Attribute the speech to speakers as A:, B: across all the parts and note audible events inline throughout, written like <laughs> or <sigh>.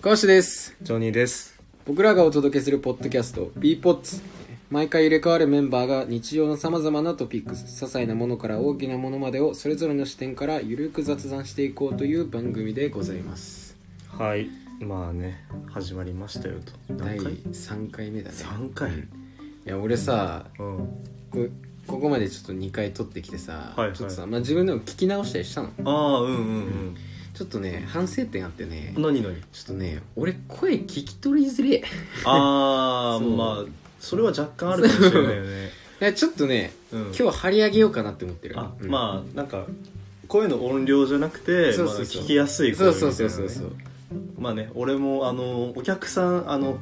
A: 川下です
B: ジョニーです。
A: 僕らがお届けするポッドキャスト b ポッツ毎回入れ替わるメンバーが日常のさまざまなトピックス些細なものから大きなものまでをそれぞれの視点からゆるく雑談していこうという番組でございます
B: はい。まあね、始まりましたよと。
A: 第
B: 何回
A: 3回目だね
B: ?3 回。
A: いや俺さ
B: うん。
A: こここまでちょっと2回撮ってきてさ、
B: はいはい
A: ちょっとさ、まあ、自分でも聞き直したりしたの
B: ああ、うんうん
A: ちょっとね反省点あってね
B: うん。何何
A: ちょっとね俺声聞き取りづれ
B: ああ、
A: そう
B: まあ、 <laughs> それは若干あるかもしれないよ <laughs> ね。
A: いやちょっとね
B: うん。
A: 今日張り上げようかなって思ってる
B: あ、
A: うん
B: まあ、なんか、声の音量じゃなくて、
A: そうそうそう
B: まあ聞きやすい声
A: そう
B: みたいな
A: そうそ
B: ね
A: うそうそう
B: まあね、俺も、あの、お客さん、あの、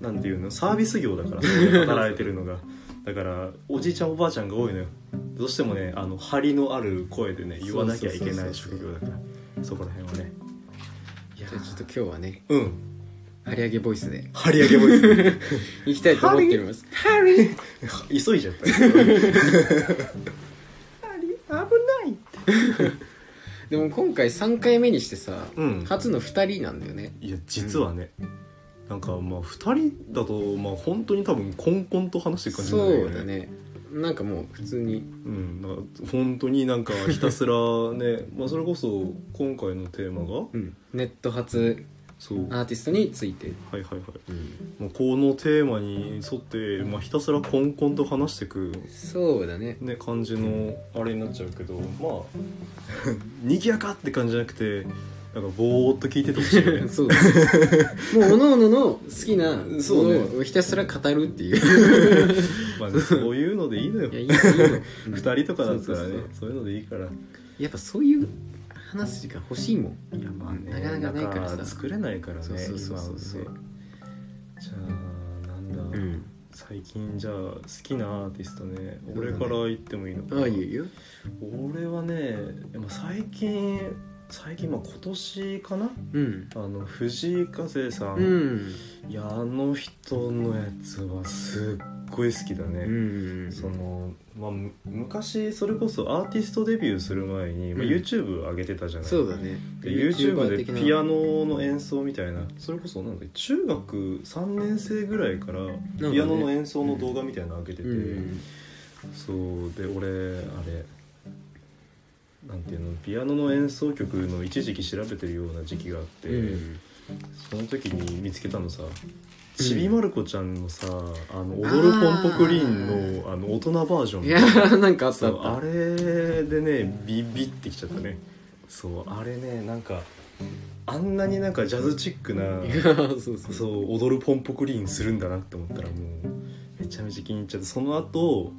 B: なんていうの、サービス業だから、
A: <laughs>
B: ね、働いてるのが。だから、おじいちゃん、おばあちゃんが多いのよ。どうしてもね、あの、張りのある声でね、言わなきゃいけない職業だから、そこら辺はね。
A: じゃあちょっと今日はね
B: うん。
A: 張り上げボイスで
B: 張り上げボイス。
A: いきたいと思っておりますハリー
B: 急いじゃっ
A: <laughs>
B: た。危ない。
A: でも今回3回目にしてさ、
B: うん
A: 初の2人なんだよね
B: いや、実はね、なんかまあ、二人だと、まあ、本当に多分、こんこんと話してる感じになる
A: そ
B: よ
A: うだねなんかもう普通に
B: うん、なんか本当になんかひたすらね <laughs> まあそれこそ今回のテーマが
A: うんネット発
B: そうはい
A: アーティストについて、
B: はいはい、まあ、このテーマに沿って、まあ、ひたすらこんこんと話してく、
A: そうだね
B: ね、感じのあれになっちゃうけどまあ <laughs> にぎやかって感じじゃなくてなんかぼーっと聞いててほしいよ
A: <laughs>
B: ね
A: <laughs> そうだねもうおののの好きな
B: そうね
A: ものをひたすら語るっていう
B: まあねそういうのでいいのよ
A: いやいいよいいようん
B: 二人とかだったらね
A: そうそう
B: そういうのでいいからい
A: やっぱそういう話が欲しいもん
B: やまあね
A: なかなかないからさ
B: ん作れないからね
A: そうそうそうそう
B: 今はねじゃあなんだ、
A: うん
B: 最近じゃあ好きなアーティストね
A: そうだ
B: 俺
A: ね
B: から言ってもいいのか
A: あ
B: な
A: あいいよ
B: 俺はねまあ最近最近まあ今年かな
A: うん
B: あの藤井風さん、
A: うん
B: いやあの人のやつはすっごい好きだ
A: う
B: ね、
A: ん
B: そのまあ、む昔それこそアーティストデビューする前に、まあ、
A: うん
B: YouTube 上げてたじゃない、
A: そうだね
B: で YouTube でピア
A: ノ
B: ノの演奏みたいなそれこそなんだ中学3年生ぐらいから
A: ね
B: ピアノの演奏の動画みたいなの上げてて、
A: うん
B: そうで俺あれなんていうのピアノの演奏曲の一時期調べてるような時期があって、
A: うん
B: その時に見つけたのさちびまる子ちゃんのさ「あの踊るポンポクリンの」あの大人バージョン
A: いやーなんかあった
B: そ
A: あ
B: う
A: った
B: あれでねビビってきちゃったねそうあれねなんかあんなになんかジャズチックない
A: やー <laughs> そうそう
B: そう踊るポンポクリーンするんだなって思ったらもうめちゃめちゃ気に入っちゃってその後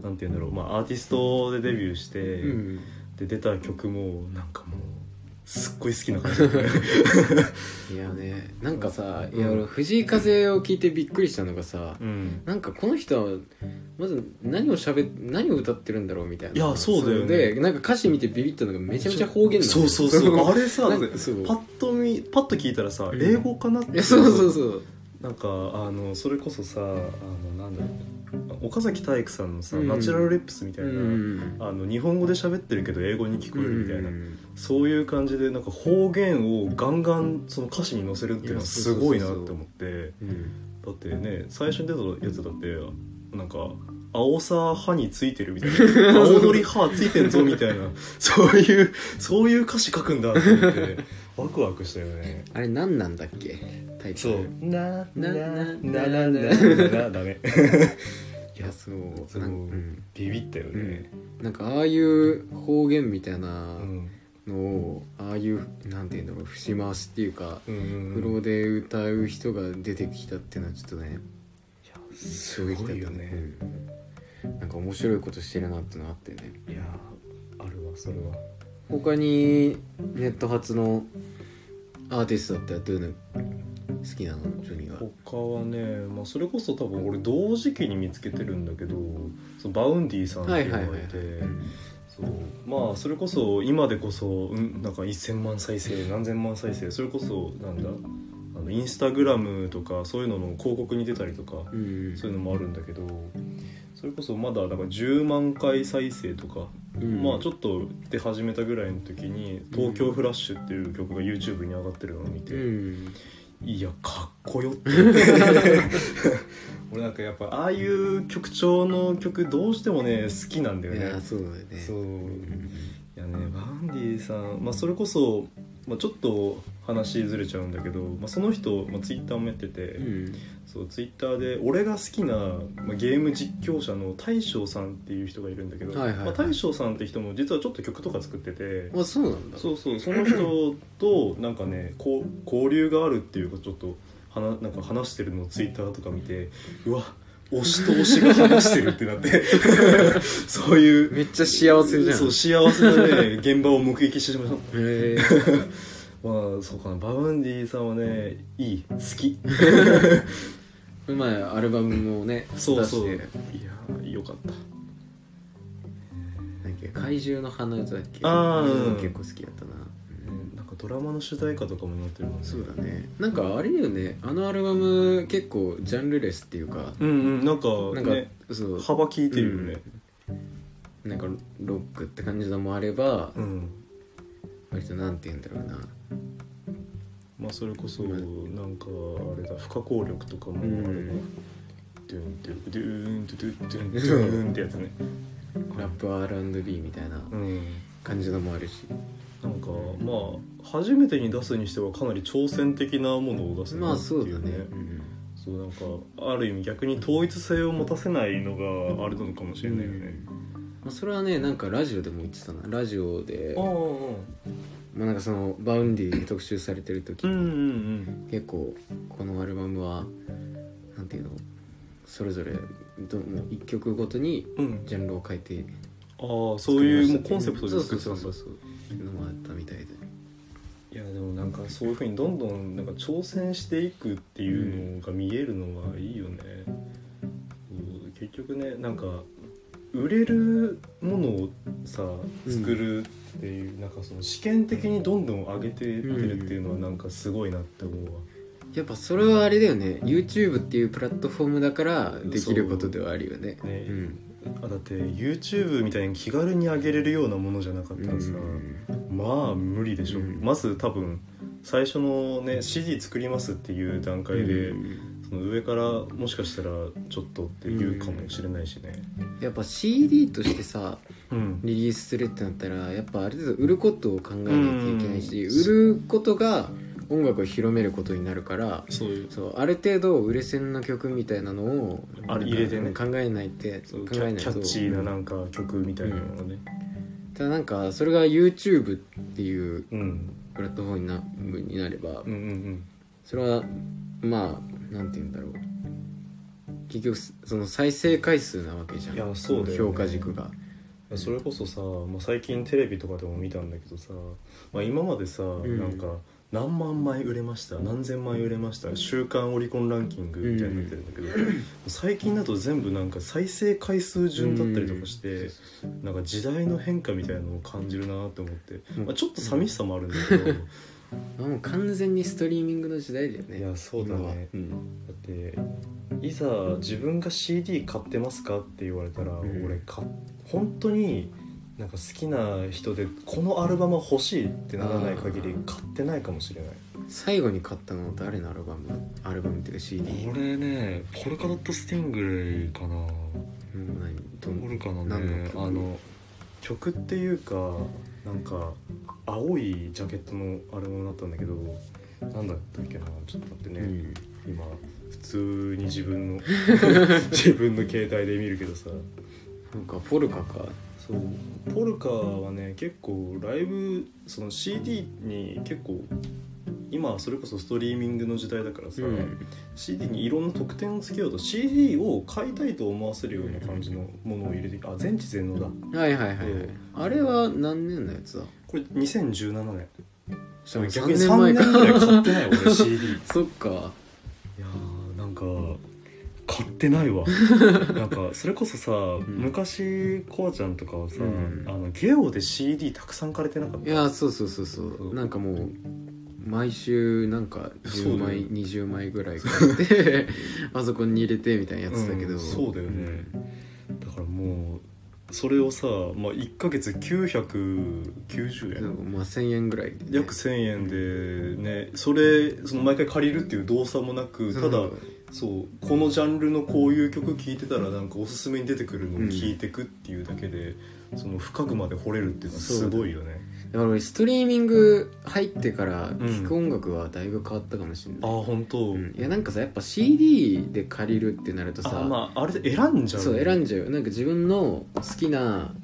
B: なんて言うんだろう、まあ、アーティストでデビューして、
A: うん
B: で出た曲もなんかもうすっごい好きな感
A: <laughs>
B: じだったね
A: いやねなんかさ、
B: うん
A: いや俺藤井風を聞いてびっくりしたのがさ、
B: うん
A: なんかこの人はまず何をしゃべ何を歌ってるんだろうみたいない
B: いやそうだよね
A: でなんか歌詞見てビビったのがめちゃめちゃ方言なの
B: そうそうそ
A: <laughs>
B: うあれさ
A: な
B: なんん
A: か
B: か
A: そう
B: パッと見パッと聞いたらさ
A: うん
B: 英語かなって
A: いやそうそうそう
B: なんかあのそれこそさあのなんだろう岡崎体育さんのさ、
A: うん
B: ナチュラルリップスみたいな、
A: うん
B: あの日本語で喋ってるけど英語に聞こえるみたいな、
A: うん
B: そういう感じでなんか方言をガンガンその歌詞に載せるっていうのはすごいなって思って
A: うん
B: だってね最初に出たやつだってなんか「青さ歯についてる」みたいな「青のり歯ついてんぞ」みたいなそういうそういう歌詞書くんだって思ってワクワクしたよね。
A: あれ何なんだっけタイト
B: そ
A: ル
B: う。な、
A: なな
B: な、な、
A: な
B: な、
A: な
B: な、な、だね。
A: いやそう
B: そう
A: なんうん
B: ビビったよね。
A: なんかああいう方言みたいな
B: うん。
A: のをああいうなんていうんだろう節回しっていうか
B: うんうんう
A: プ
B: ん。
A: ロで歌う人が出てきたっていうのはちょっとね
B: いや
A: 衝
B: す
A: 撃
B: ご
A: だっ
B: い
A: た
B: よね。
A: うんなんか面白いことしてるなってのがあってね
B: いや、あるわ、それは。
A: 他にネット発のアーティストだったらどういうの好きなのジョニーは
B: 他はね、まあ、それこそ多分俺同時期に見つけてるんだけどそのバウンディさんって
A: はいいう
B: の
A: は
B: が
A: い
B: い
A: はい
B: て、
A: うん
B: そうまあそれこそ今でこそ、うん、なんか1,000万再生何千万再生それこそなんだあのインスタグラムとかそういうのの広告に出たりとか
A: うん
B: そういうのもあるんだけどそれこそまだだから10万回再生とか、
A: うん
B: まあちょっと出始めたぐらいの時に「東京フラッシュ」っていう曲が YouTube に上がってるのを見て、
A: うん
B: いやかっこよって俺なんかやっぱああいう曲調の曲どうしてもね好きなんだよ
A: い
B: ね
A: やそうだよね
B: そううんいやねバンディさん、まあ、それこそ、まあ、ちょっと話ずれちゃうんだけど、まあ、その人、まあ、ツイッターもやってて、
A: うん
B: そうツイッターで俺が好きな、まあ、ゲーム実況者の大将さんっていう人がいるんだけど、
A: はいはいはい
B: まあ、大将さんって人も実はちょっと曲とか作ってて
A: あそうなんだ
B: そうそうその人となんかねこう交流があるっていうかちょっとはななんか話してるのをツイッターとか見てうわ推しと推しが話してるってなって <laughs> そういう
A: めっちゃ幸せじゃん
B: そう幸せなね現場を目撃してしまった
A: へえ
B: まあそうかなバウンディさんはねいい好き
A: うまいアルバムもね
B: そうそう
A: 出
B: い
A: し
B: や
A: て
B: ーよかった
A: なんだっけ怪獣の花歌だっけ
B: あーうん
A: 結構好きだったな
B: なんかドラマの主題歌とかもなってるもんね
A: そうだねなんかあれだよねあのアルバム結構ジャンルレスっていうか
B: うんうんなんか
A: なんか
B: ね
A: そう
B: 幅利いてるよね
A: なんかロックって感じのもあれば
B: うん、
A: 割となんて言うんだろうな
B: まあそれこそ
A: う
B: なんかあれだ不可抗力とかもあれだ、
A: うん
B: ドゥンドゥンドゥンドゥンドゥンドゥンドゥンってやつね
A: ラップ R&B みたいな
B: うん
A: 感じのもあるし
B: なんかまあ初めてに出すにしてはかなり挑戦的なものを出す
A: ま
B: な
A: あ
B: って
A: そ
B: いう
A: だねうん
B: そうなんかある意味逆に統一性を持たせないのがあれなのかもしれないよね、
A: まあそれはねなんかラジオでも言ってたなラジオで
B: ああ
A: まあなんかそのバウンディ特集されてる時
B: うんうんうん
A: 結構このアルバムはなんていうのそれぞれどもう一曲ごとに
B: うん
A: ジャンルを変えて
B: ああそういうもうコンセプトで作ってた
A: そ
B: ん
A: う
B: だ
A: そうそうそうっていうのもあったみたいで
B: いやでもなんかそういうふうにどんどんなんか挑戦していくっていうのが見えるのはいいよね、うん結局ねなんか売れるものをさ
A: うん
B: 作るっていう、なんかその試験的にどんどん上げてってるっていうのはなんかすごいなって思うわ、
A: やっぱそれはあれだよね YouTube っていうプラットフォームだからできることではあるよね
B: そうね
A: うん
B: あだって YouTube みたいに気軽に上げれるようなものじゃなかったらさ、まあ無理でしょ、
A: うん
B: まず多分最初のね CD 作りますっていう段階で、
A: うん
B: その上からもしかしたらちょっとっていうかもしれないしね
A: やっぱ CD としてさ
B: うん、
A: リリースするってなったらやっぱある程度売ることを考えないといけないし、
B: うん
A: 売ることが音楽を広めることになるから
B: そういう
A: そうある程度売れ線の曲みたいなのをな
B: あ
A: んか
B: 入れてね
A: 考えないって
B: そ
A: 考
B: うキ
A: えない
B: ャ
A: と
B: キャッチーななんか曲みたいなのがね
A: ただなんかそれが YouTube っていう
B: うん、
A: プラットフォームになになれば
B: うん、うんうん
A: それはまあなんて言うんだろう結局すその再生回数なわけじゃん
B: いやそうだよね
A: 評価軸が
B: それこそさ、まあ、最近テレビとかでも見たんだけどさ、まあ、今までさ、
A: ん
B: なんか何万枚売れました何千枚売れました週間オリコンランキングみたいになってるんだけど、最近だと全部なんか再生回数順だったりとかして、なんか時代の変化みたいなのを感じるなって思って、まあ、ちょっと寂しさもあるんだけど、
A: まあもう完全にストリーミングの時代だよね
B: いやそうだ
A: 今は
B: ね
A: うん
B: だっていざ自分が CD 買ってますかって言われたら、
A: ん
B: 俺か本当になんか好きな人でこのアルバムは欲しいってならない限
A: あ
B: り
A: ー
B: 買ってないかもしれない
A: 最後に買ったのは誰のアルバムアルバムっていうか CD
B: 俺ねポルカドット・スティングレイかな
A: うん何どん
B: ポルカの
A: 何の
B: ね
A: 曲
B: あの曲っていうかなんか青いジャケットのアルバムだったんだけどなんだったっけなちょっと待ってね、
A: うん
B: 今普通に自分の <laughs> 自分の携帯で見るけどさ
A: なんかポルカか
B: そうポルカはね結構ライブその CD に結構今はそれこそストリーミングの時代だからさ、
A: うん、
B: CD にいろんな特典をつけようと CD を買いたいと思わせるような感じのものを入れてあ全知全能だ
A: はいはいはい、はいあれは何年のやつだ
B: これ2017年
A: しかも
B: 逆に
A: 3
B: 3
A: 年前
B: 年
A: か
B: ぐらい買ってない <laughs> 俺 CD
A: <laughs> そっか
B: いやーなんか買ってない <laughs> わなんかそれこそさ、
A: ん
B: 昔コアちゃんとかはさ、
A: うん
B: あのゲオで CD たくさん借りてなかっ
A: い
B: た
A: やそうそうそうそう
B: そう
A: なんかもう毎週なんか
B: そ
A: 10
B: うだよ
A: 枚、20枚ぐらい買って
B: <laughs>
A: パソコンに入れてみたいなやつだけど、
B: うんそうだよね、だからもうそれをさ、まあ、1ヶ月990円
A: まあ1000円ぐらいでね、
B: 約1,000円でねそれその毎回借りるっていう動作もなくただそうこのジャンルのこういう曲聴いてたらなんかおすすめに出てくるのを聴いてくっていうだけで、その深くまで掘れるっていうのはすごいよね
A: だから俺ストリーミング入ってから聴く音楽はだいぶ変わったかもしれ
B: ああ
A: ない、
B: 本当、
A: うんいやなんかさやっぱ CD で借りるってなると
B: あ
A: さ、
B: まああれで選んじゃう
A: そう選ん
B: じ
A: じゃうよなんか自分の好きな、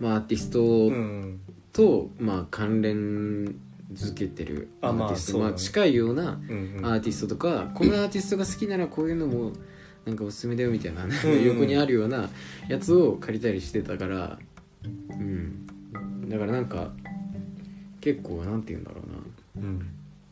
A: まあ、アーティス
B: う
A: ト
B: ん
A: と、まあ、関連づけてるア
B: あまあ
A: ーティスト、
B: そうだ
A: ま
B: ね
A: あ近いような
B: うんうん
A: アーティストとか、このアーティストが好きならこういうのもなんかおすすめだよみたいな、
B: うん
A: <laughs> 横にあるようなやつを借りたりしてたからうんだからなんか結構なんて言うんだろ
B: うん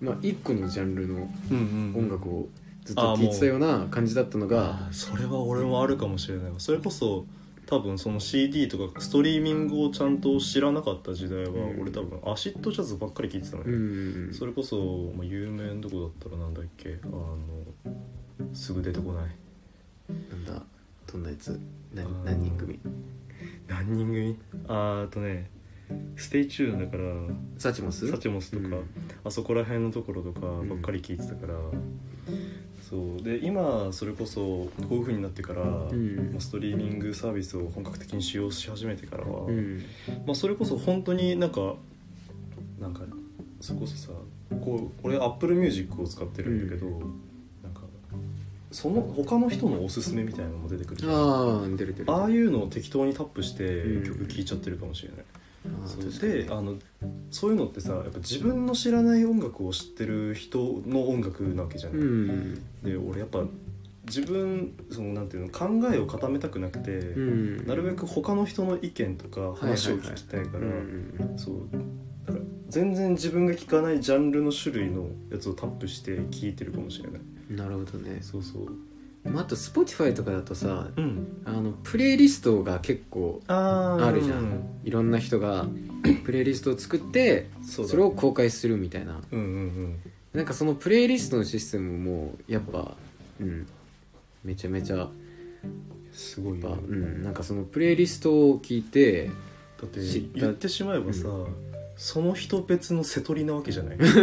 A: うなまあ一個のジャンルの
B: うんうん
A: 音楽をずっと聴いてたような感じだったのが
B: あーそれは俺もあるかもしれないわそれこそ多分その CD とかストリーミングをちゃんと知らなかった時代
A: う
B: は
A: ん
B: 俺多分アシッドジャズばっかり聴いてたの
A: うん
B: よ、
A: うん
B: それこそ、まあ、有名なとこだったらなんだっけあのすぐ出てこない
A: なんだどんなやつな
B: あー
A: 何人組
B: 何人組あーあとねステイチューンだから
A: サチモス
B: サチモスとか、
A: うん
B: あそこら辺のところとかばっかり聞いてたから、そうで今それこそこういう風になってから、
A: ん
B: まあストリーミングサービスを本格的に使用し始めてからは、
A: うん
B: まあ、それこそ本当になんかなんかそれこそさこう俺 AppleMusic を使ってるんだけど、なんかその他の人のおすすめみたいなのも出てくるじゃん
A: ああ出る出る
B: ああいうのを適当にタップして
A: うん
B: 曲聴いちゃってるかもしれない、
A: あ
B: そ
A: ー
B: う
A: 確かに
B: であのそういうのってさやっぱ自分の知らない音楽を知ってる人の音楽なわけじゃない、
A: うん
B: で俺やっぱ自分そのなんていうの考えを固めたくなくて、
A: うん
B: なるべく他の人の意見とか話を聞きたいから、
A: うん
B: そうだから全然自分が聞かないジャンルの種類のやつをタップして聞いてるかもしれない
A: なるほどね、
B: そうそう
A: まあ、あと Spotify とかだとさ
B: うん
A: あのプレイリストが結構
B: あー
A: あるじゃん、いろんな人
B: <coughs>
A: がプレイリストを作って
B: そうだ
A: それを公開するみたいな
B: うんうんうん
A: なんかそのプレイリストのシステムもやっぱうんめちゃめちゃやっ
B: すごい
A: ぱ、
B: よね
A: うん、なんかそのプレイリストを聞いて
B: だって
A: 知った
B: 言ってしまえばさ、その人別の瀬戸りなわけじゃない
A: <laughs>
B: <laughs>
A: そうそう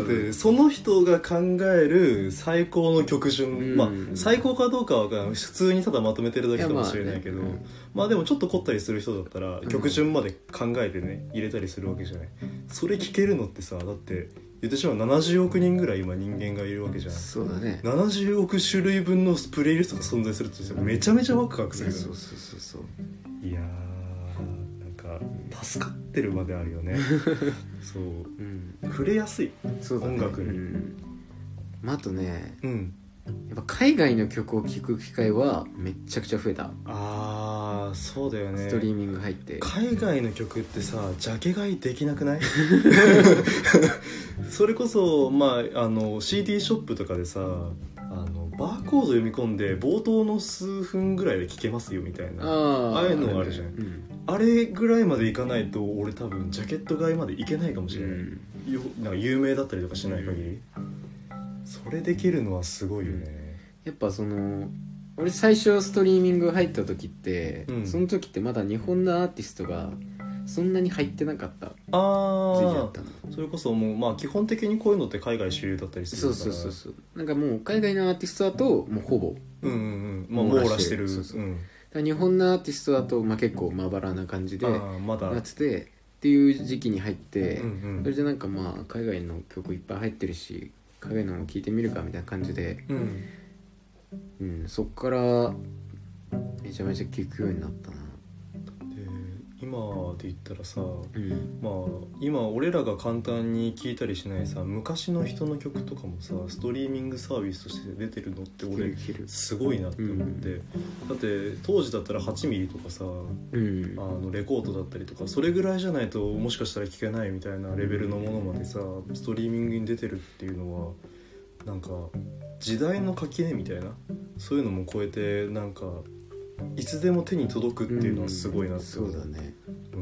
B: だってその人が考える最高の曲順、
A: うん
B: まあ最高かどうかは分からない普通にただまとめてるだけかもしれないけど
A: いやまあね
B: まあでもちょっと凝ったりする人だったら
A: ん
B: 曲順まで考えてね入れたりするわけじゃないそれ聞けるのってさだって言ってしまう70億人ぐらい今人間がいるわけじゃん
A: そうだね
B: 70億種類分のプレイリストが存在するとしてめちゃめちゃワクワク
A: そ
B: す
A: う
B: る
A: そうそうそう
B: いやーなんか助かってるまであるよ <laughs> ねそう
A: うん
B: 触れやすい
A: そうだね
B: 音楽に
A: うんまあ、あとね
B: うん
A: やっぱ海外の曲を聴く機会はめっちゃくちゃ増えた、
B: ああそうだよね
A: ストリーミング入って
B: 海外の曲ってさジャケ買いできなくない <laughs> それこそ、まあ、あの CD ショップとかでさあのバーコード読み込んで冒頭の数分ぐらいで聴けますよみたい
A: あ
B: なあ
A: ー
B: あいうのあるじゃん
A: うん
B: れぐらいまでいかないと俺多分ジャケット買いまでいけないかもしれない、よなんか有名だったりとかしない限り、それできるのはすごいよね、
A: やっぱその俺最初ストリーミング入った時って、
B: うん
A: その時ってまだ日本のアーティストがそんなに入ってなかった時期だ
B: あ
A: っ
B: あ
A: たの
B: それこそもうまあ基本的にこういうのって海外主流だったりす
A: そ
B: る
A: う
B: から
A: そうそうそうなんかもう海外のアーティストだともうほぼだか
B: うんうんうんまあ
A: 網羅
B: 網羅してる
A: してるそうそう
B: うん
A: ら日本のアーティストだと、まあ、結構まばらな感じで
B: あ
A: や
B: ーまだ
A: っててっていう時期に入って、
B: うん
A: それでなんかまあ海外の曲いっぱい入ってるし海外のも聴いてみるかみたいな感じで、
B: うんうん
A: うん、そっからめちゃめちゃ聴くようになったな
B: で今で言ったらさ
A: うん
B: まあ今俺らが簡単に聞いたりしないさ昔の人の曲とかもさストリーミングサービスとして出てるのって
A: 聴ける
B: 俺
A: 聴ける
B: すごいなって思って、だって当時だったら8ミリとかさ
A: うん
B: あのレコードだったりとかそれぐらいじゃないともしかしたら聞けないみたいなレベルのものまでさストリーミングに出てるっていうのはなんか時代の垣根みたいなそういうのも超えてなんかいつでも手に届くっていうのはすごいなって
A: そ
B: 思う
A: うだね
B: う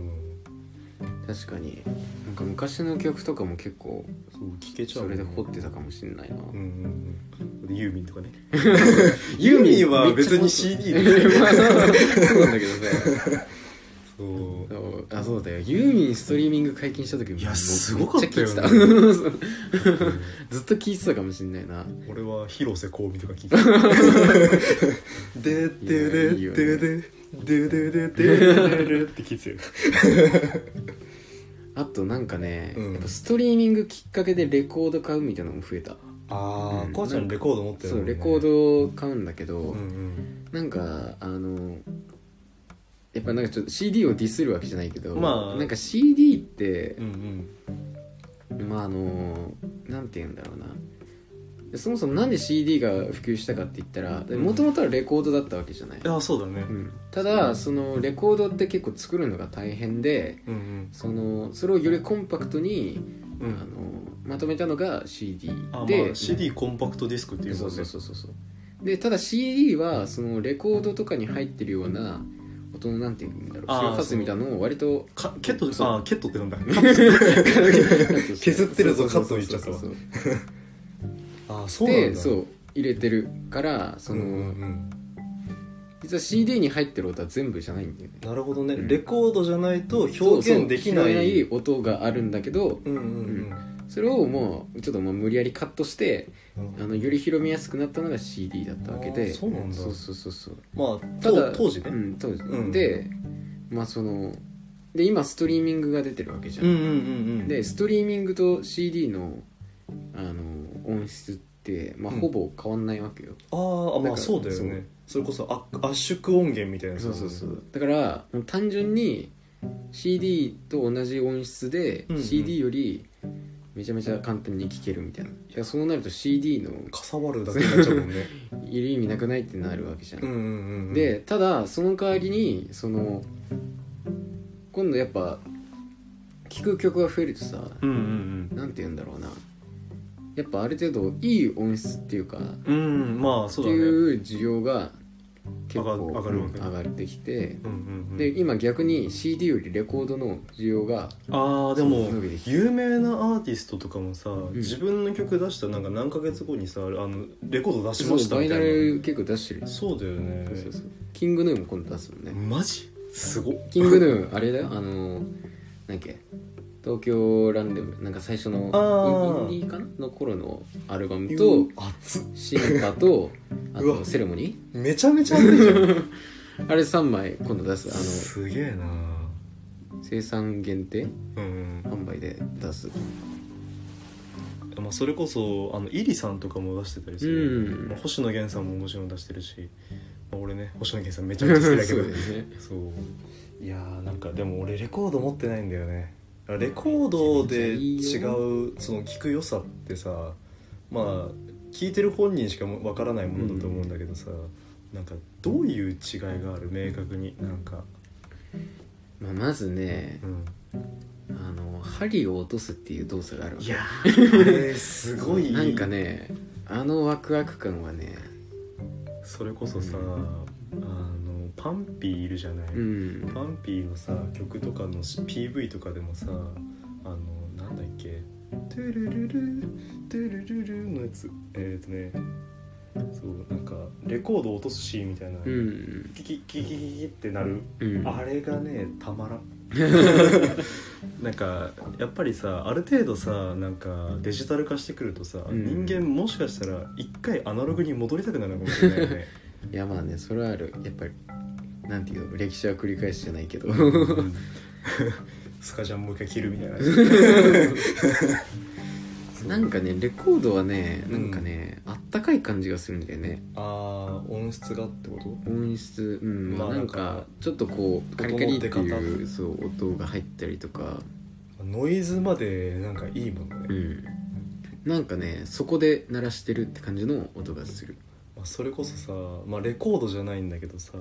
B: ん
A: 確かになんか昔の曲とかも結構
B: そう聞けちゃう
A: それで掘ってたかもしんないな、
B: うんうんうんユーミン
A: <laughs>
B: とかね
A: ユーミン
B: ユーミンは別に CD で
A: まあそうなんだけどさ
B: そう
A: <laughs> そうあそうだよユーミンストリーミング解禁した時も
B: いや
A: もう
B: すごかったよね
A: めっちゃ聞いてた <laughs> ずっと聞いてたかもしんないな
B: 俺は広瀬香美とか聞いてたでで
A: い
B: で
A: やいいよね
B: ででででででででって聞いてたよ
A: あとなんかね、
B: うん
A: やっぱストリーミングきっかけでレコード買うみたいなのも増えた
B: あ
A: うん
B: あこうちゃんレコード持ってる
A: そ
B: もん
A: う
B: ね
A: レコードを買うんだけど、
B: うんうん
A: なんかあのやっぱなんかちょっと CD をディスるわけじゃないけど、
B: まあ
A: なんか CD って
B: うんう、ん
A: まああのなんて言うんだろうなそもそもなんで CD が普及したかって言ったら
B: ん
A: もともとはレコードだったわけじゃない、
B: あそうだね
A: うん、ただそのレコードって結構作るのが大変で
B: うん
A: そのそれをよりコンパクトに、
B: うんう
A: あ
B: ん
A: のまとめたのが CD
B: あ
A: で、
B: まあ CD コンパクトディスクっていう
A: そ
B: も
A: うんそ
B: ね
A: うそうそうそうでただ CD はそのレコードとかに入ってるような音のなんていうんだろう
B: あー
A: 周波数みたいなのを割と
B: かケット
A: そう
B: あケットってなんだ
A: <laughs> 削
B: 削ってるぞカットいっちゃったわあそうなん
A: で
B: だ
A: そう入れてるからその、
B: うんうんうん
A: 実は CD に入ってる音は全部じゃないんだよね
B: なるほどね
A: うん
B: レコードじゃないと
A: そう
B: 表
A: そう
B: 現できな
A: 拾え
B: い
A: 音があるんだけど
B: うんうん
A: それをもうちょっとまあ無理やりカットして
B: うん
A: あのより広めやすくなったのが CD だったわけ
B: あ
A: で
B: ーそうなんだ
A: そうそうそうそう
B: まあ
A: ただ
B: 当当時ね
A: うん当時、
B: うん
A: でまあそので今ストリーミングが出てるわけじゃ
B: うん
A: ん、
B: うんうんうん
A: でストリーミングと CD のあの音質って、まあ、
B: うん
A: ほぼ変わんないわけよ、
B: あーあ
A: だ
B: ま
A: から
B: あそうだよねそれこそあ圧縮音源みたいなやつだもんね
A: だからもう単純に CD と同じ音質で、
B: うんうん
A: CD よりめちゃめちゃ簡単に聴けるみたいないやそうなると CD の
B: かさばるだけになっちゃう
A: <laughs>
B: もんね
A: いる意味なくないってなるわけじゃん、
B: うんうんうんうん
A: でただその代わりにその今度やっぱ聴く曲が増えるとさ
B: うんうん
A: なんて言うんだろうなやっぱある程度いい音質っていうかっ
B: うんうんまあそ
A: て
B: うだねうん
A: いう需要が結構
B: 上が上がるわけね
A: うん上がってきて
B: うんうん
A: で今逆に CD よりレコードの需要が
B: あーでも
A: そう伸びてき
B: 有名なアーティストとかもさ、
A: ん
B: 自分の曲出したなんか何ヶ月後にさあのレコード出し
A: そ
B: ま
A: う
B: した
A: バ
B: み
A: イ
B: た
A: ナ
B: い
A: ル結構出してる
B: なそうだよね
A: そうそうそうキングヌーも今度出すもんね
B: マジすごっ
A: キングヌーあれだよあの何っけ東京ランデムなんか最初の
B: あー
A: インインディーかなの頃のアルバムと
B: と熱っ
A: シンパとあ
B: <laughs> う
A: と
B: わ
A: セレモニ
B: めちゃめちゃ熱いじゃん
A: <laughs> ーあれ3枚今度出すあの
B: すげえな
A: 生産限定
B: うん、
A: 販売で出す
B: まあ、それこそあのイリさんとかも出してたりする、
A: うん
B: まあ、星野源さんももちろん出してるし、まあ、俺ね星野源さんめちゃめちゃ好き
A: <laughs>
B: だけど
A: そうだよね
B: そういやーなんかでも俺レコード持ってないんだよねレコードで違うその聞く良さってさまあ聞いてる本人しかもわからないものだと思うんだけどさ、なんかどういう違いがある明確になんか、
A: まあまずね
B: うん、
A: あの針を落とすっていう動作があるわけ
B: いやーあれすごい
A: なんかねあのワクワク感はね
B: それこそさ、あのパンピーいるじゃない、
A: うん
B: パンピーのさ曲とかの PV とかでもさあのなんだっけ「トゥルルルトゥルルル」のやつえっ、とねそうなんかレコード落とすシーンみたいな、
A: うん
B: キキキキキキってなる、
A: うん
B: あれがねたまら
A: <laughs>
B: んなんかやっぱりさある程度さなんかデジタル化してくるとさ、
A: うん
B: 人間もしかしたら一回アナログに戻りたくなるかもしれないよね
A: いやまあねそれはあるやっぱりなんていうの歴史は繰り返しじゃないけ <laughs> ど
B: スカジャンもう一回切るみたいなそう
A: なんかねレコードはねなんかね、あったかい感じがするんだよね
B: あー音質がってこと
A: 音質うんまあ
B: まあ
A: なん
B: なん
A: か
B: か
A: ちょっとこうカリカリって
B: 音の
A: い
B: 出
A: うそう音が入ったりとか
B: ノイズまでなんかいいもんね、
A: うんなんかねそこで鳴らしてるって感じの音がする
B: まあ、それこそさ、まあ、レコードじゃないんだけどさ、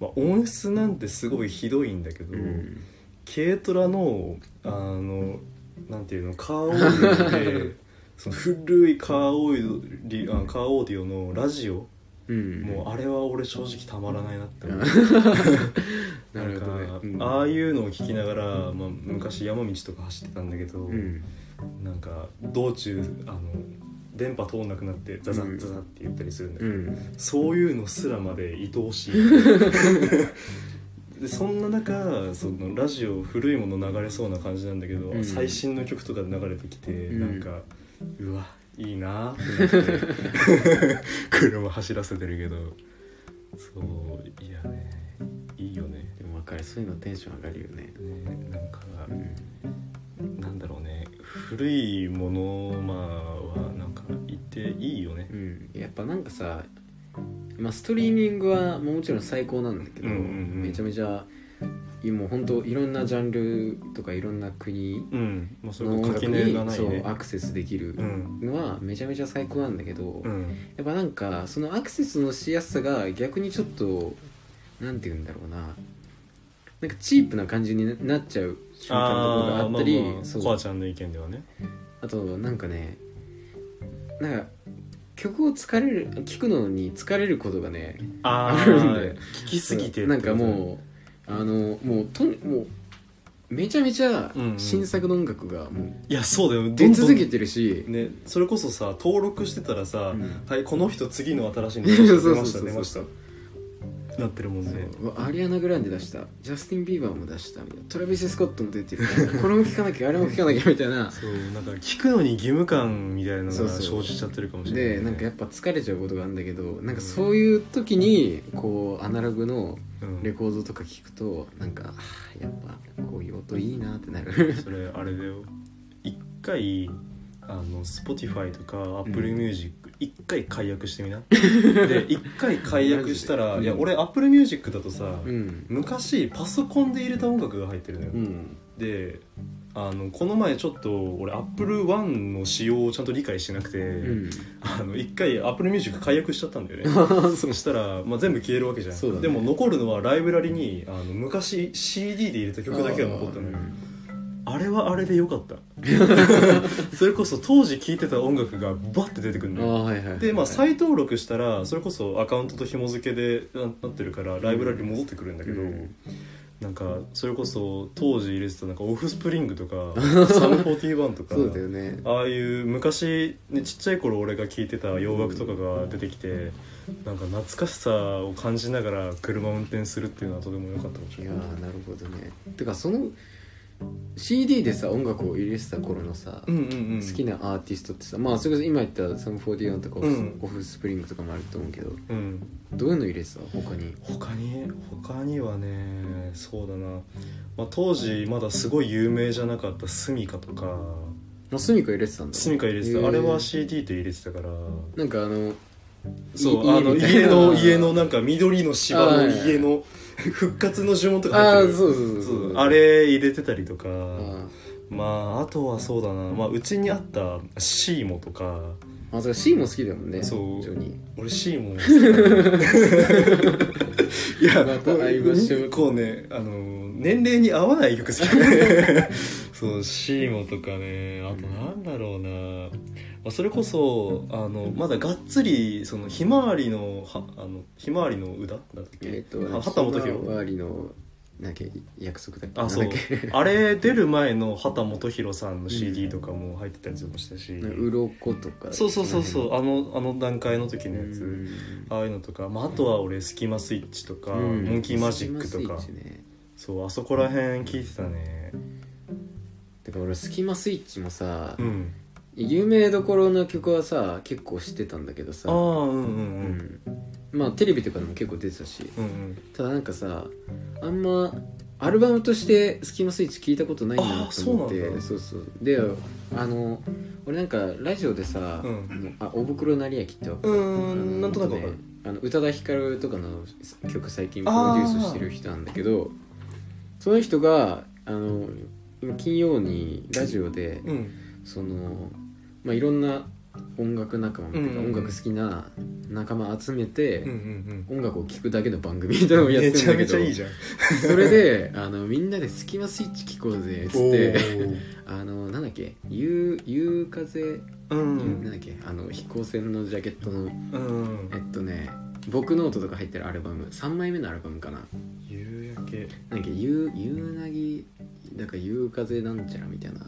B: まあ、音質なんてすごいひどいんだけ
A: う
B: ど、
A: ん
B: 軽トラのあのなんていうのカーオ
A: <laughs>
B: ーディオでその古いカーオーディオあカーオーディオのラジオ
A: ううん
B: もうあれは俺正直たまらない
A: <laughs>
B: なって思う
A: なるほどね
B: なんか
A: うん
B: ああいうのを聞きながら、まあ、昔山道とか走ってたんだけど、
A: うん
B: なんか道中あの電波通んなくなってザザ
A: うん
B: ッザザッって言ったりするんだけ
A: う
B: ど、
A: ん
B: そういうのすらまで愛
A: <laughs>
B: おしいでそんな中そのラジオ古いもの流れそうな感じなんだけど、
A: うん
B: 最新の曲とかで流れてきて、
A: ん
B: なんかうわいいなーってなって
A: <laughs>
B: <laughs> 車走らせてるけどそういやねいいよね
A: でも分かるそういうのテンション上がるよね
B: ねなんか、
A: うん
B: なんだろうね古いもの、まあ、はなんか言っていいよね
A: うんやっぱなんかさ、まあ、ストリーミングはもちろん最高なんだけど、
B: うんうんうん
A: めちゃめちゃもう本当いろんなジャンルとかいろんな国
B: うんまあそれ
A: の音
B: こそ
A: 楽
B: 垣
A: に、
B: 根がない
A: そ
B: ね
A: うアクセスできる
B: うん
A: のはめちゃめちゃ最高なんだけど、
B: う
A: や
B: ん
A: っぱなんかそのアクセスのしやすさが逆にちょっとなんて言うんだろうななんかチープな感じになっちゃう瞬間とかがあったり
B: ーまあまあ
A: そう
B: コアちゃんの意見ではね
A: あとなんかねなんか曲を疲れる聞くのに疲れることがね
B: あ
A: あるんだよ
B: ー聞きすぎてってこと
A: なんかもうあのもうとにもうめちゃめちゃ
B: うんうん
A: 新作の音楽がもう
B: いやそうだよどんど
A: 出
B: ん
A: 続けてるし、
B: ねそれこそさ登録してたらさ、
A: うん
B: はいこの人次の新しいの
A: そう
B: 出
A: そう
B: まし
A: そ
B: た
A: う
B: 出ましたなってるもんね
A: そうアリアナ・グランデ出したジャスティン・ビーバーも出したみたいなトラビス・スコットも出てるこれも聴かなきゃあれも聴かなきゃみたいな
B: そうなんか聞くのに義務感みたいなのが
A: そうそう
B: 生じちゃってるかもしれないね、
A: でなんかやっぱ疲れちゃうことがあるんだけどなんかそういう時にこうアナログの
B: うん
A: レコードとか聞くとなんかあーやっぱこういう音いいなってな
B: <laughs>
A: る
B: それあれだよ一回あの Spotify とか AppleMusic 一、回解約してみな
A: <laughs>
B: で一回解約したら、
A: マジで
B: いや俺 AppleMusic だとさ、
A: うん
B: 昔パソコンで入れた音楽が入ってるのよ、
A: うん
B: であのこの前ちょっと俺 AppleOne の仕様をちゃんと理解してなくて、
A: うん
B: あの一回 AppleMusic 解約しちゃったん
A: <laughs>
B: だよねそしたら、まあ、全部消えるわけじゃん、
A: そうだね
B: でも残るのはライブラリにあの昔 CD で入れた曲だけが残ったのよあれはあれで良か
A: <laughs>
B: ったそれこそ当時聴いてた音楽がバッて出てくる
A: あー
B: のよ
A: はいはいはい
B: でまあ再登録したらそれこそアカウントと紐付けでななってるからライブラリ戻ってくるんだけど、
A: うん
B: なんかそれこそ当時入れてたなんかオフスプリング
A: <laughs>
B: とかサム41とか
A: そうだよね
B: ああいう昔、ね、ちっちゃい頃俺が聴いてた洋楽とかが出てきてなんか懐かしさを感じながら車運転するっていうのはとても良かったかもし
A: い
B: れ
A: や
B: ない
A: ーなるほどねてかその CD でさ音楽を入れてた頃のさ、
B: うんうんうん
A: 好きなアーティストってさまあそれこそ今言ったサム41とかオフ,、
B: うん
A: オフスプリングとかもあると思うけど
B: うん
A: どういうの入れてた他に
B: 他に他にはねそうだな、まあ、当時まだすごい有名じゃなかったスミカとか
A: あスミカ入れてたんだ
B: スミカ入れてた、
A: へー
B: あれは CD で入れてたから
A: なんかあの
B: そう
A: い
B: あの
A: みたいな
B: 家の家のなんか緑の芝
A: あ
B: の
A: ー
B: 家の復活の呪文とか
A: あ
B: 入
A: あ
B: っ
A: ー
B: てる
A: そうそうそう
B: そうあれ入れてたりとか
A: あー
B: まああとはそうだなまあうちにあったシーモとか
A: あそれ C も好きだもんね
B: そう
A: ジョニ
B: 俺シーモン好きだね <laughs> いや
A: また会いましょう
B: こうねあの年齢に合わない曲好きだね <laughs> そうシーモンとかねあとなんだろうな、まあ、それこそあのまだがっつりそのひまわりのはあのひまわりの歌なんだっ
A: ーえ
B: け
A: っ、と
B: あ畑基
A: ひま
B: 博
A: わりのなんか約束だっけ
B: あそう
A: なんだっけ
B: <laughs> あれ出る前の畑基博さんの CD とかも入ってたりもしたし、
A: うろことか
B: そうそうそうそううあのあの段階の時のやつ、
A: うん
B: ああいうのとか、まあ、あとは俺スキマスイッチとか、
A: うん
B: モンキーマジックとか
A: スキマスイッチね
B: そうあそこら辺聞いてたね
A: だから俺スキマスイッチもさ、
B: うん
A: 有名どころの曲はさ結構知ってたんだけど
B: ああ
A: さ、
B: うん
A: う
B: うんうん
A: ん、まあテレビとかでも結構出てたし
B: うんうん
A: ただなんかさあんまアルバムとしてスキマスイッチ聞いたことないなと思って
B: あーそうなんだ
A: そうそうであの俺なんかラジオでさ、
B: うん
A: あ大袋成明ってわか
B: う
A: る
B: ーんなんとなくわか
A: ね
B: る、
A: あの宇多田ヒカルとかの曲最近プロデュースしてる人なんだけどその人があの今金曜にラジオで、
B: うん
A: その、まあ、いろんな音楽仲間っていうか、
B: うんうん
A: 音楽好きな仲間集めて、
B: うんうん
A: 音楽を聴くだけの番組みたいな
B: う
A: のを
B: ん
A: やって
B: め
A: るん
B: ちゃ
A: だ
B: め
A: け
B: ち
A: ど
B: ゃいいじゃん
A: それであのみんなで「スキマスイッチ聴こうぜ」っつって
B: おー
A: あのなんだっけ「ゆうゆう風」
B: うん
A: なんだっけあの飛行船のジャケットの
B: うん
A: えっとね僕ノートとか入ってるアルバム3枚目のアルバムかな
B: 夕焼け
A: なんか夕夕なぎだから夕風なんちゃらみたいな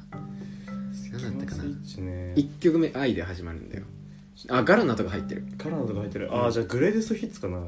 A: 何だったかな
B: スイッチね
A: 1曲目「愛」で始まるんだよあガラナとか入ってる
B: カラーとか入ってるああじゃあグレーデストヒッツかな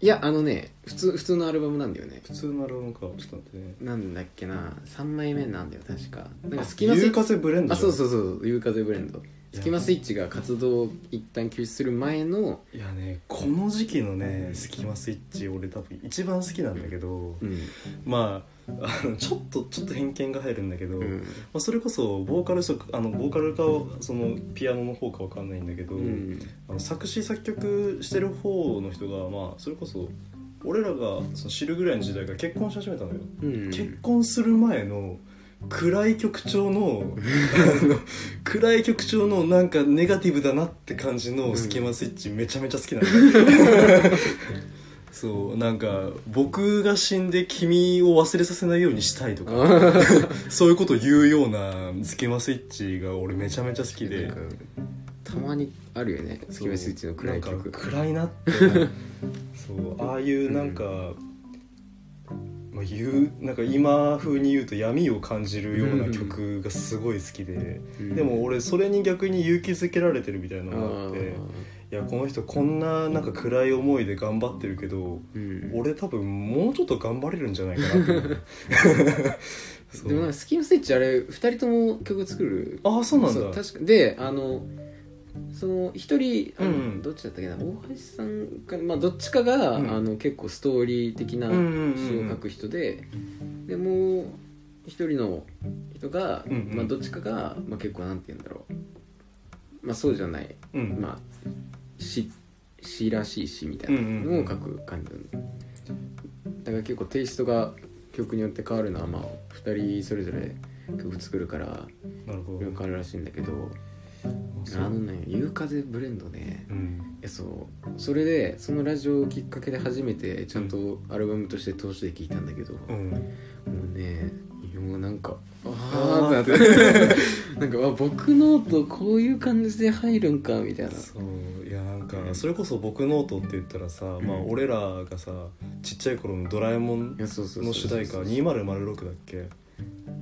B: い
A: やあのね普通普通のアルバムなんだよね
B: 普通のアルバムかちょっと待ってね
A: なんだっけな3枚目なんだよ確かなんかスキマスイ
B: 夕
A: ッチ
B: 風ブレンド
A: あそう
B: う
A: そうそう「夕風ブレンド」スキマスイッチが活動を一旦休止する前の
B: いやねこの時期のねスキマスイッチ俺多分一番好きなんだけど
A: うん、
B: まああのちょっとちょっと偏見が入るんだけど、
A: うん
B: まあ、それこそボーカルそあのボーカルかそのピアノの方かわかんないんだけど、
A: うん
B: あの作詞作曲してる方の人が、まあ、それこそ俺らがその知るぐらいの時代から結婚し始めたのよ、
A: うん、
B: 結婚する前の暗い曲調のあの暗い曲調のなんかネガティブだなって感じのスキマスイッチめちゃめちゃ好きなんだそうなんか僕が死んで君を忘れさせないようにしたいとか
A: 好
B: そういうことを言うようなスキマスイッチが俺めちゃめちゃ好きで
A: たまにあるよねスキマスイッチの暗い
B: なん
A: 曲
B: か暗いなってそうああいうなんか、まあ、言うなんか今風に言うと闇を感じるような曲がすごい好きで、
A: うん
B: でも俺それに逆に勇気づけられてるみたいな
A: あ
B: のがあって
A: ー
B: いやこの人こんななんか暗い思いで頑張ってるけど
A: うん
B: 俺多分もうちょっと頑張れるんじゃないかなって思
A: <laughs>
B: うそう
A: でもなんかスキマスイッチあれ2人とも曲作る
B: ああそうなんだ
A: そう確かであのその一人あの
B: うんうん
A: どっちだったっけな大橋さんか、まあ、どっちかが、
B: うん
A: あの結構ストーリー的な
B: うんうん
A: 詩
B: うん
A: を書く人で、でもう一人の人が、
B: うんうん
A: まあ、どっちかが、まあ、結構なんて言うんだろう、まあ、そうじゃない、
B: うん
A: まあ、詩詩らしい詩みたいなのを書く感じなんだから結構テイストが曲によって変わるのは、まあ、2人それぞれ曲作るから
B: なるほ
A: 変
B: ど
A: わるらしいんだけど。
B: あそ
A: あの
B: う
A: ね「夕風ブレンドね」
B: うん
A: いやそうそれでそのラジオをきっかけで初めてちゃんとアルバムとして通して聴いたんだけど、
B: う
A: も
B: ん
A: うねもうなんかあ
B: あ
A: あ
B: ー
A: ってなって <laughs> なんかあ僕ノートこういう感じで入るんかみたいな
B: そういやなんかそれこそ僕ノートって言ったらさ、
A: ん
B: まあ俺らがさちっちゃい頃の「ドラえも
A: い」
B: ん
A: やそうそうそう
B: の主題歌2006だっけ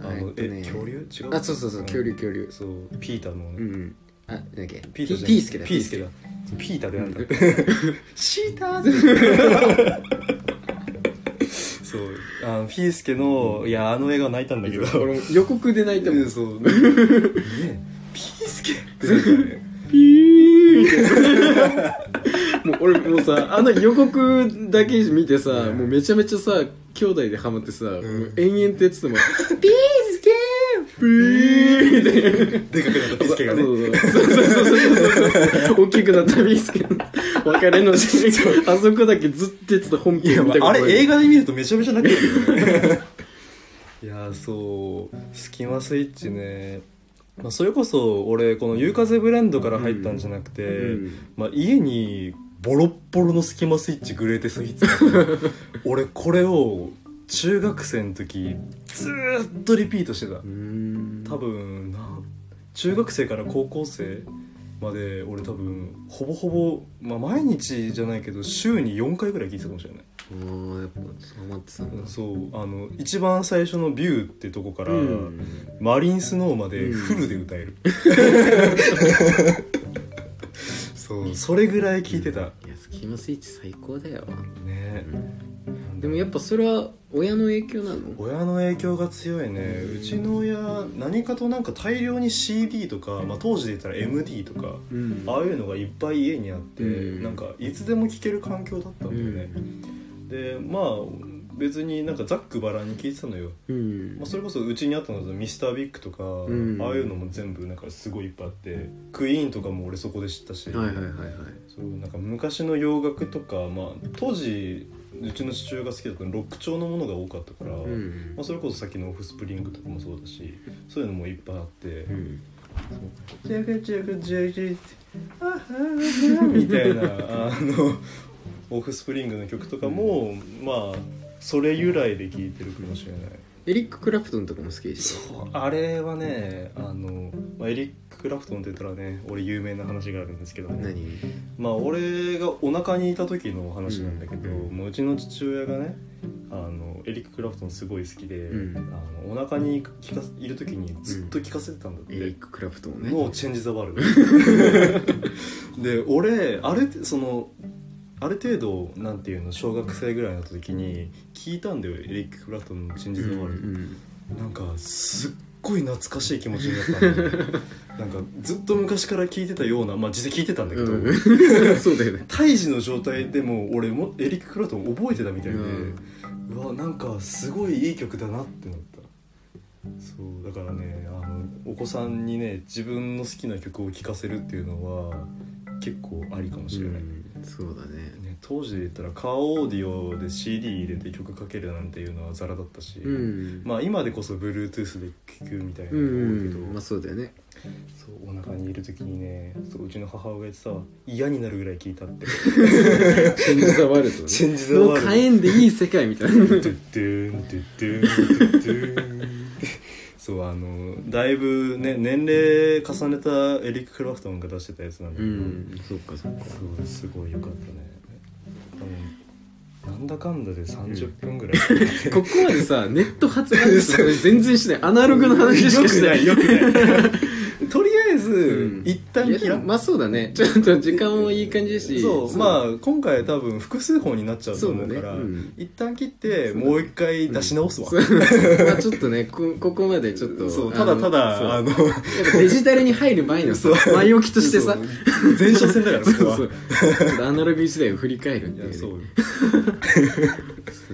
B: あ
A: え
B: の
A: っと
B: え
A: ね
B: 恐竜違う
A: あそうそうそう恐竜恐竜
B: んそうピーターのね、
A: うんうんあなんだっけ
B: ピーターじゃない
A: ピースケだ
B: ピースケだピーターでなんだシーターズそうあのピースケのいやあの映画泣いたんだけど
A: 俺も予告で泣いたもん
B: うん <laughs> そう
A: <laughs>
B: ねピースケってなんかね
A: ピーってもう俺もうさあの予告だけ見てさ、
B: うん
A: もうめちゃめちゃさ兄弟でハマってさ、も
B: ん
A: う延々ってやってても「ピースケーピー!」って
B: でかくなったピースケがね
A: そうそうそうそうそうそうそう大きくなったピースケの別れのシーンあそこだけずっとやってた本
B: いや
A: 編
B: ま
A: みたい
B: あ
A: な
B: あれ映画で見るとめちゃめちゃ泣ける
A: <laughs>
B: よねいやーそう「スキマスイッチね」まあ、それこそ俺この「夕風ブレンド」から入ったんじゃなくて、
A: うん
B: まあ、家にボロッボロのスキマスイッチグレーテストヒッツがあ
A: <laughs>
B: って俺これを中学生の時ずーっとリピートしてた
A: うーん
B: 多分な中学生から高校生まで俺多分ほぼほぼ、まあ、毎日じゃないけど週に4回ぐらい聞いてたかもしれない
A: おーやっぱハマってたんだ
B: そうあの一番最初の「ビュー」ってとこから、
A: うん
B: マリンスノーまでフルで歌える、そうそれぐらい聞いてた、
A: いやスキマスイッチ最高だよ
B: ね
A: でもやっぱそれは親の影響なの
B: 親の影響が強いね、うちの親何かとなんか大量に CD とか、まあ、当時で言ったら MD とか
A: うん
B: ああいうのがいっぱい家にあって、
A: うん
B: なんかいつでも聴ける環境だったんだよね、でまあ別になんかざっくばらんに聞いてたのよ、
A: うん
B: まあ、それこそうちにあったのだとミスタービッグとか、
A: ん
B: ああいうのも全部なんかすごいいっぱいあってクイーンとかも俺そこで知ったし、
A: はいはいはいはい
B: そうなんか昔の洋楽とか、まあ、当時うちの父親が好きだったのロック調のものが多かったから、
A: うん
B: まあ、それこそさっきのオフスプリングとかもそうだしそういうのもいっぱいあって
A: う。ん
B: ジャガジャガジャガジャガああああみたいなあのオフスプリングの曲とかも、まあそれ由来で聴いてるかもしれない。
A: エリック・クラプトンとかも好きでし
B: そうあれはねあのまあ、エリック・クラフトンって言ったらね俺有名な話があるんですけども
A: 何
B: まあ俺がお腹にいた時の話なんだけど、うもううちの父親がねあのエリック・クラフトンすごい好きで、
A: うん
B: あのお腹に聞かいる時にずっと聞かせてたんだって、
A: エリック・クラプトンね
B: のチェンジ・ザ・ワール
A: <laughs>
B: ドで俺あれそのある程度なんていうの小学生ぐらいの時に聞いたんだよエリック・クラフトンの「チェンジ・ザ・ワールド」
A: うん
B: なんかすっごい懐かしい気持ちになったんだよねなんかずっと昔から聞いてたようなまあ実際聞いてたんだけ
A: う
B: ど、
A: んうんそうだよね
B: 胎児の状態でも俺もエリック・クラフトン覚えてたみたいで、
A: う
B: うんわなんかすごいいい曲だなってなったそうだからねあのお子さんにね自分の好きな曲を聴かせるっていうのは結構ありかもしれない、
A: うんそうだね
B: ね、当時で言ったらカーオーディオで CD 入れて曲かけるなんていうのはザラだったし、
A: うん
B: まあ今でこそ Bluetooth で聴くみたいな
A: う
B: のが多いけ
A: ん
B: ど、
A: まあそうだよね
B: そうお腹にいる時にねそううちの母親が言ってさ嫌になるぐらい聴いたって
A: <laughs> チェンジ・ザ・ワールドね
B: チェンジザワー
A: もう
B: ルド
A: 火 <laughs> 炎でいい世界みたいな
B: ドゥッドゥンドゥッドゥンドゥッドゥンそうあのだいぶね年齢重ねたエリック・クラフトンが出してたやつなんだ
A: う
B: けど、
A: んそっかそっか
B: そうすごい良かったね多分なんだかんだで30
A: <laughs>
B: 分ぐらい、
A: ここまで <laughs> さネット発売とか全然しないアナログの話しかしない
B: よくないよくない <laughs> とりあえず、
A: うん
B: 一旦
A: いや
B: 切
A: で
B: ら
A: もまあそうだねちょっと時間もいい感じだし
B: そうまあ今回多分複数本になっちゃうと
A: そう
B: 思
A: だ
B: う
A: ね
B: から
A: うん
B: 一旦切ってもう一回出し直すわ、
A: そう <laughs> まあちょっとねこここまでちょっと
B: そう
A: あ
B: た
A: のそ
B: だた
A: う
B: だあの <laughs>
A: やっぱデジタルに入る前のさ前置きとしてさ
B: そう前哨戦だから
A: そう
B: ここは
A: そう <laughs> ちょっとアナログ時代を振り返るっ
B: い
A: ていう,、
B: や
A: ね、
B: そう
A: そう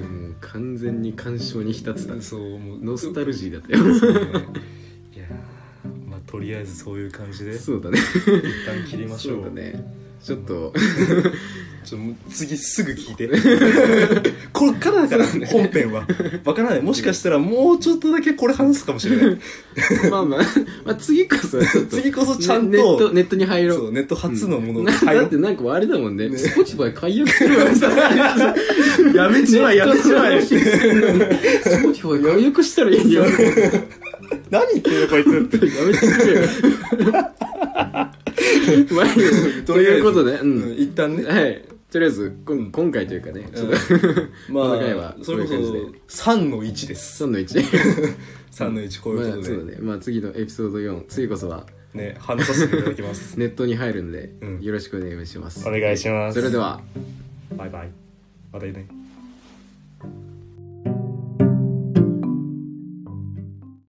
A: もう完全に感傷に浸ってた
B: そうもう
A: ノスタルジーだった
B: そ
A: よ
B: うねいやーまあとりあえずそういう感じで一
A: そうだね
B: 旦切りましょう
A: そうだねちょっと
B: ちょもう次すぐ聞いて <laughs> こっからだから、本編はわからないもしかしたらもうちょっとだけこれ話すかもしれない
A: まあ <laughs> まあまあ次こそちょっと
B: 次こそちゃん
A: ね
B: と
A: ネットネットに入ろう
B: そうネット初のものを
A: な
B: 買い
A: だってなんかあれだもんね、
B: ね
A: スポチバイ解約するわけさ。
B: <laughs> やめちまえやめちまえ
A: スポチバイ解約したらいいよ。や
B: 何言ってんのこいつ
A: めてくれよ。 <laughs> まあいいよということで、う
B: うん
A: ん。
B: 一旦ね
A: はい。とりあえず、こん今回というかね、ちょっと、
B: ま
A: この回は
B: あそれこ
A: こういう
B: そ3の1です
A: 3の1。
B: 3の1こう
A: まあ
B: いうこ
A: そう
B: と
A: だ
B: で
A: ね。まあ次のエピソード4、次こそは
B: ね話させていただきます
A: <laughs> ネットに入るんで
B: う、ん
A: よろしくお願いします。
B: お願いします
A: それでは。
B: バイバイまたね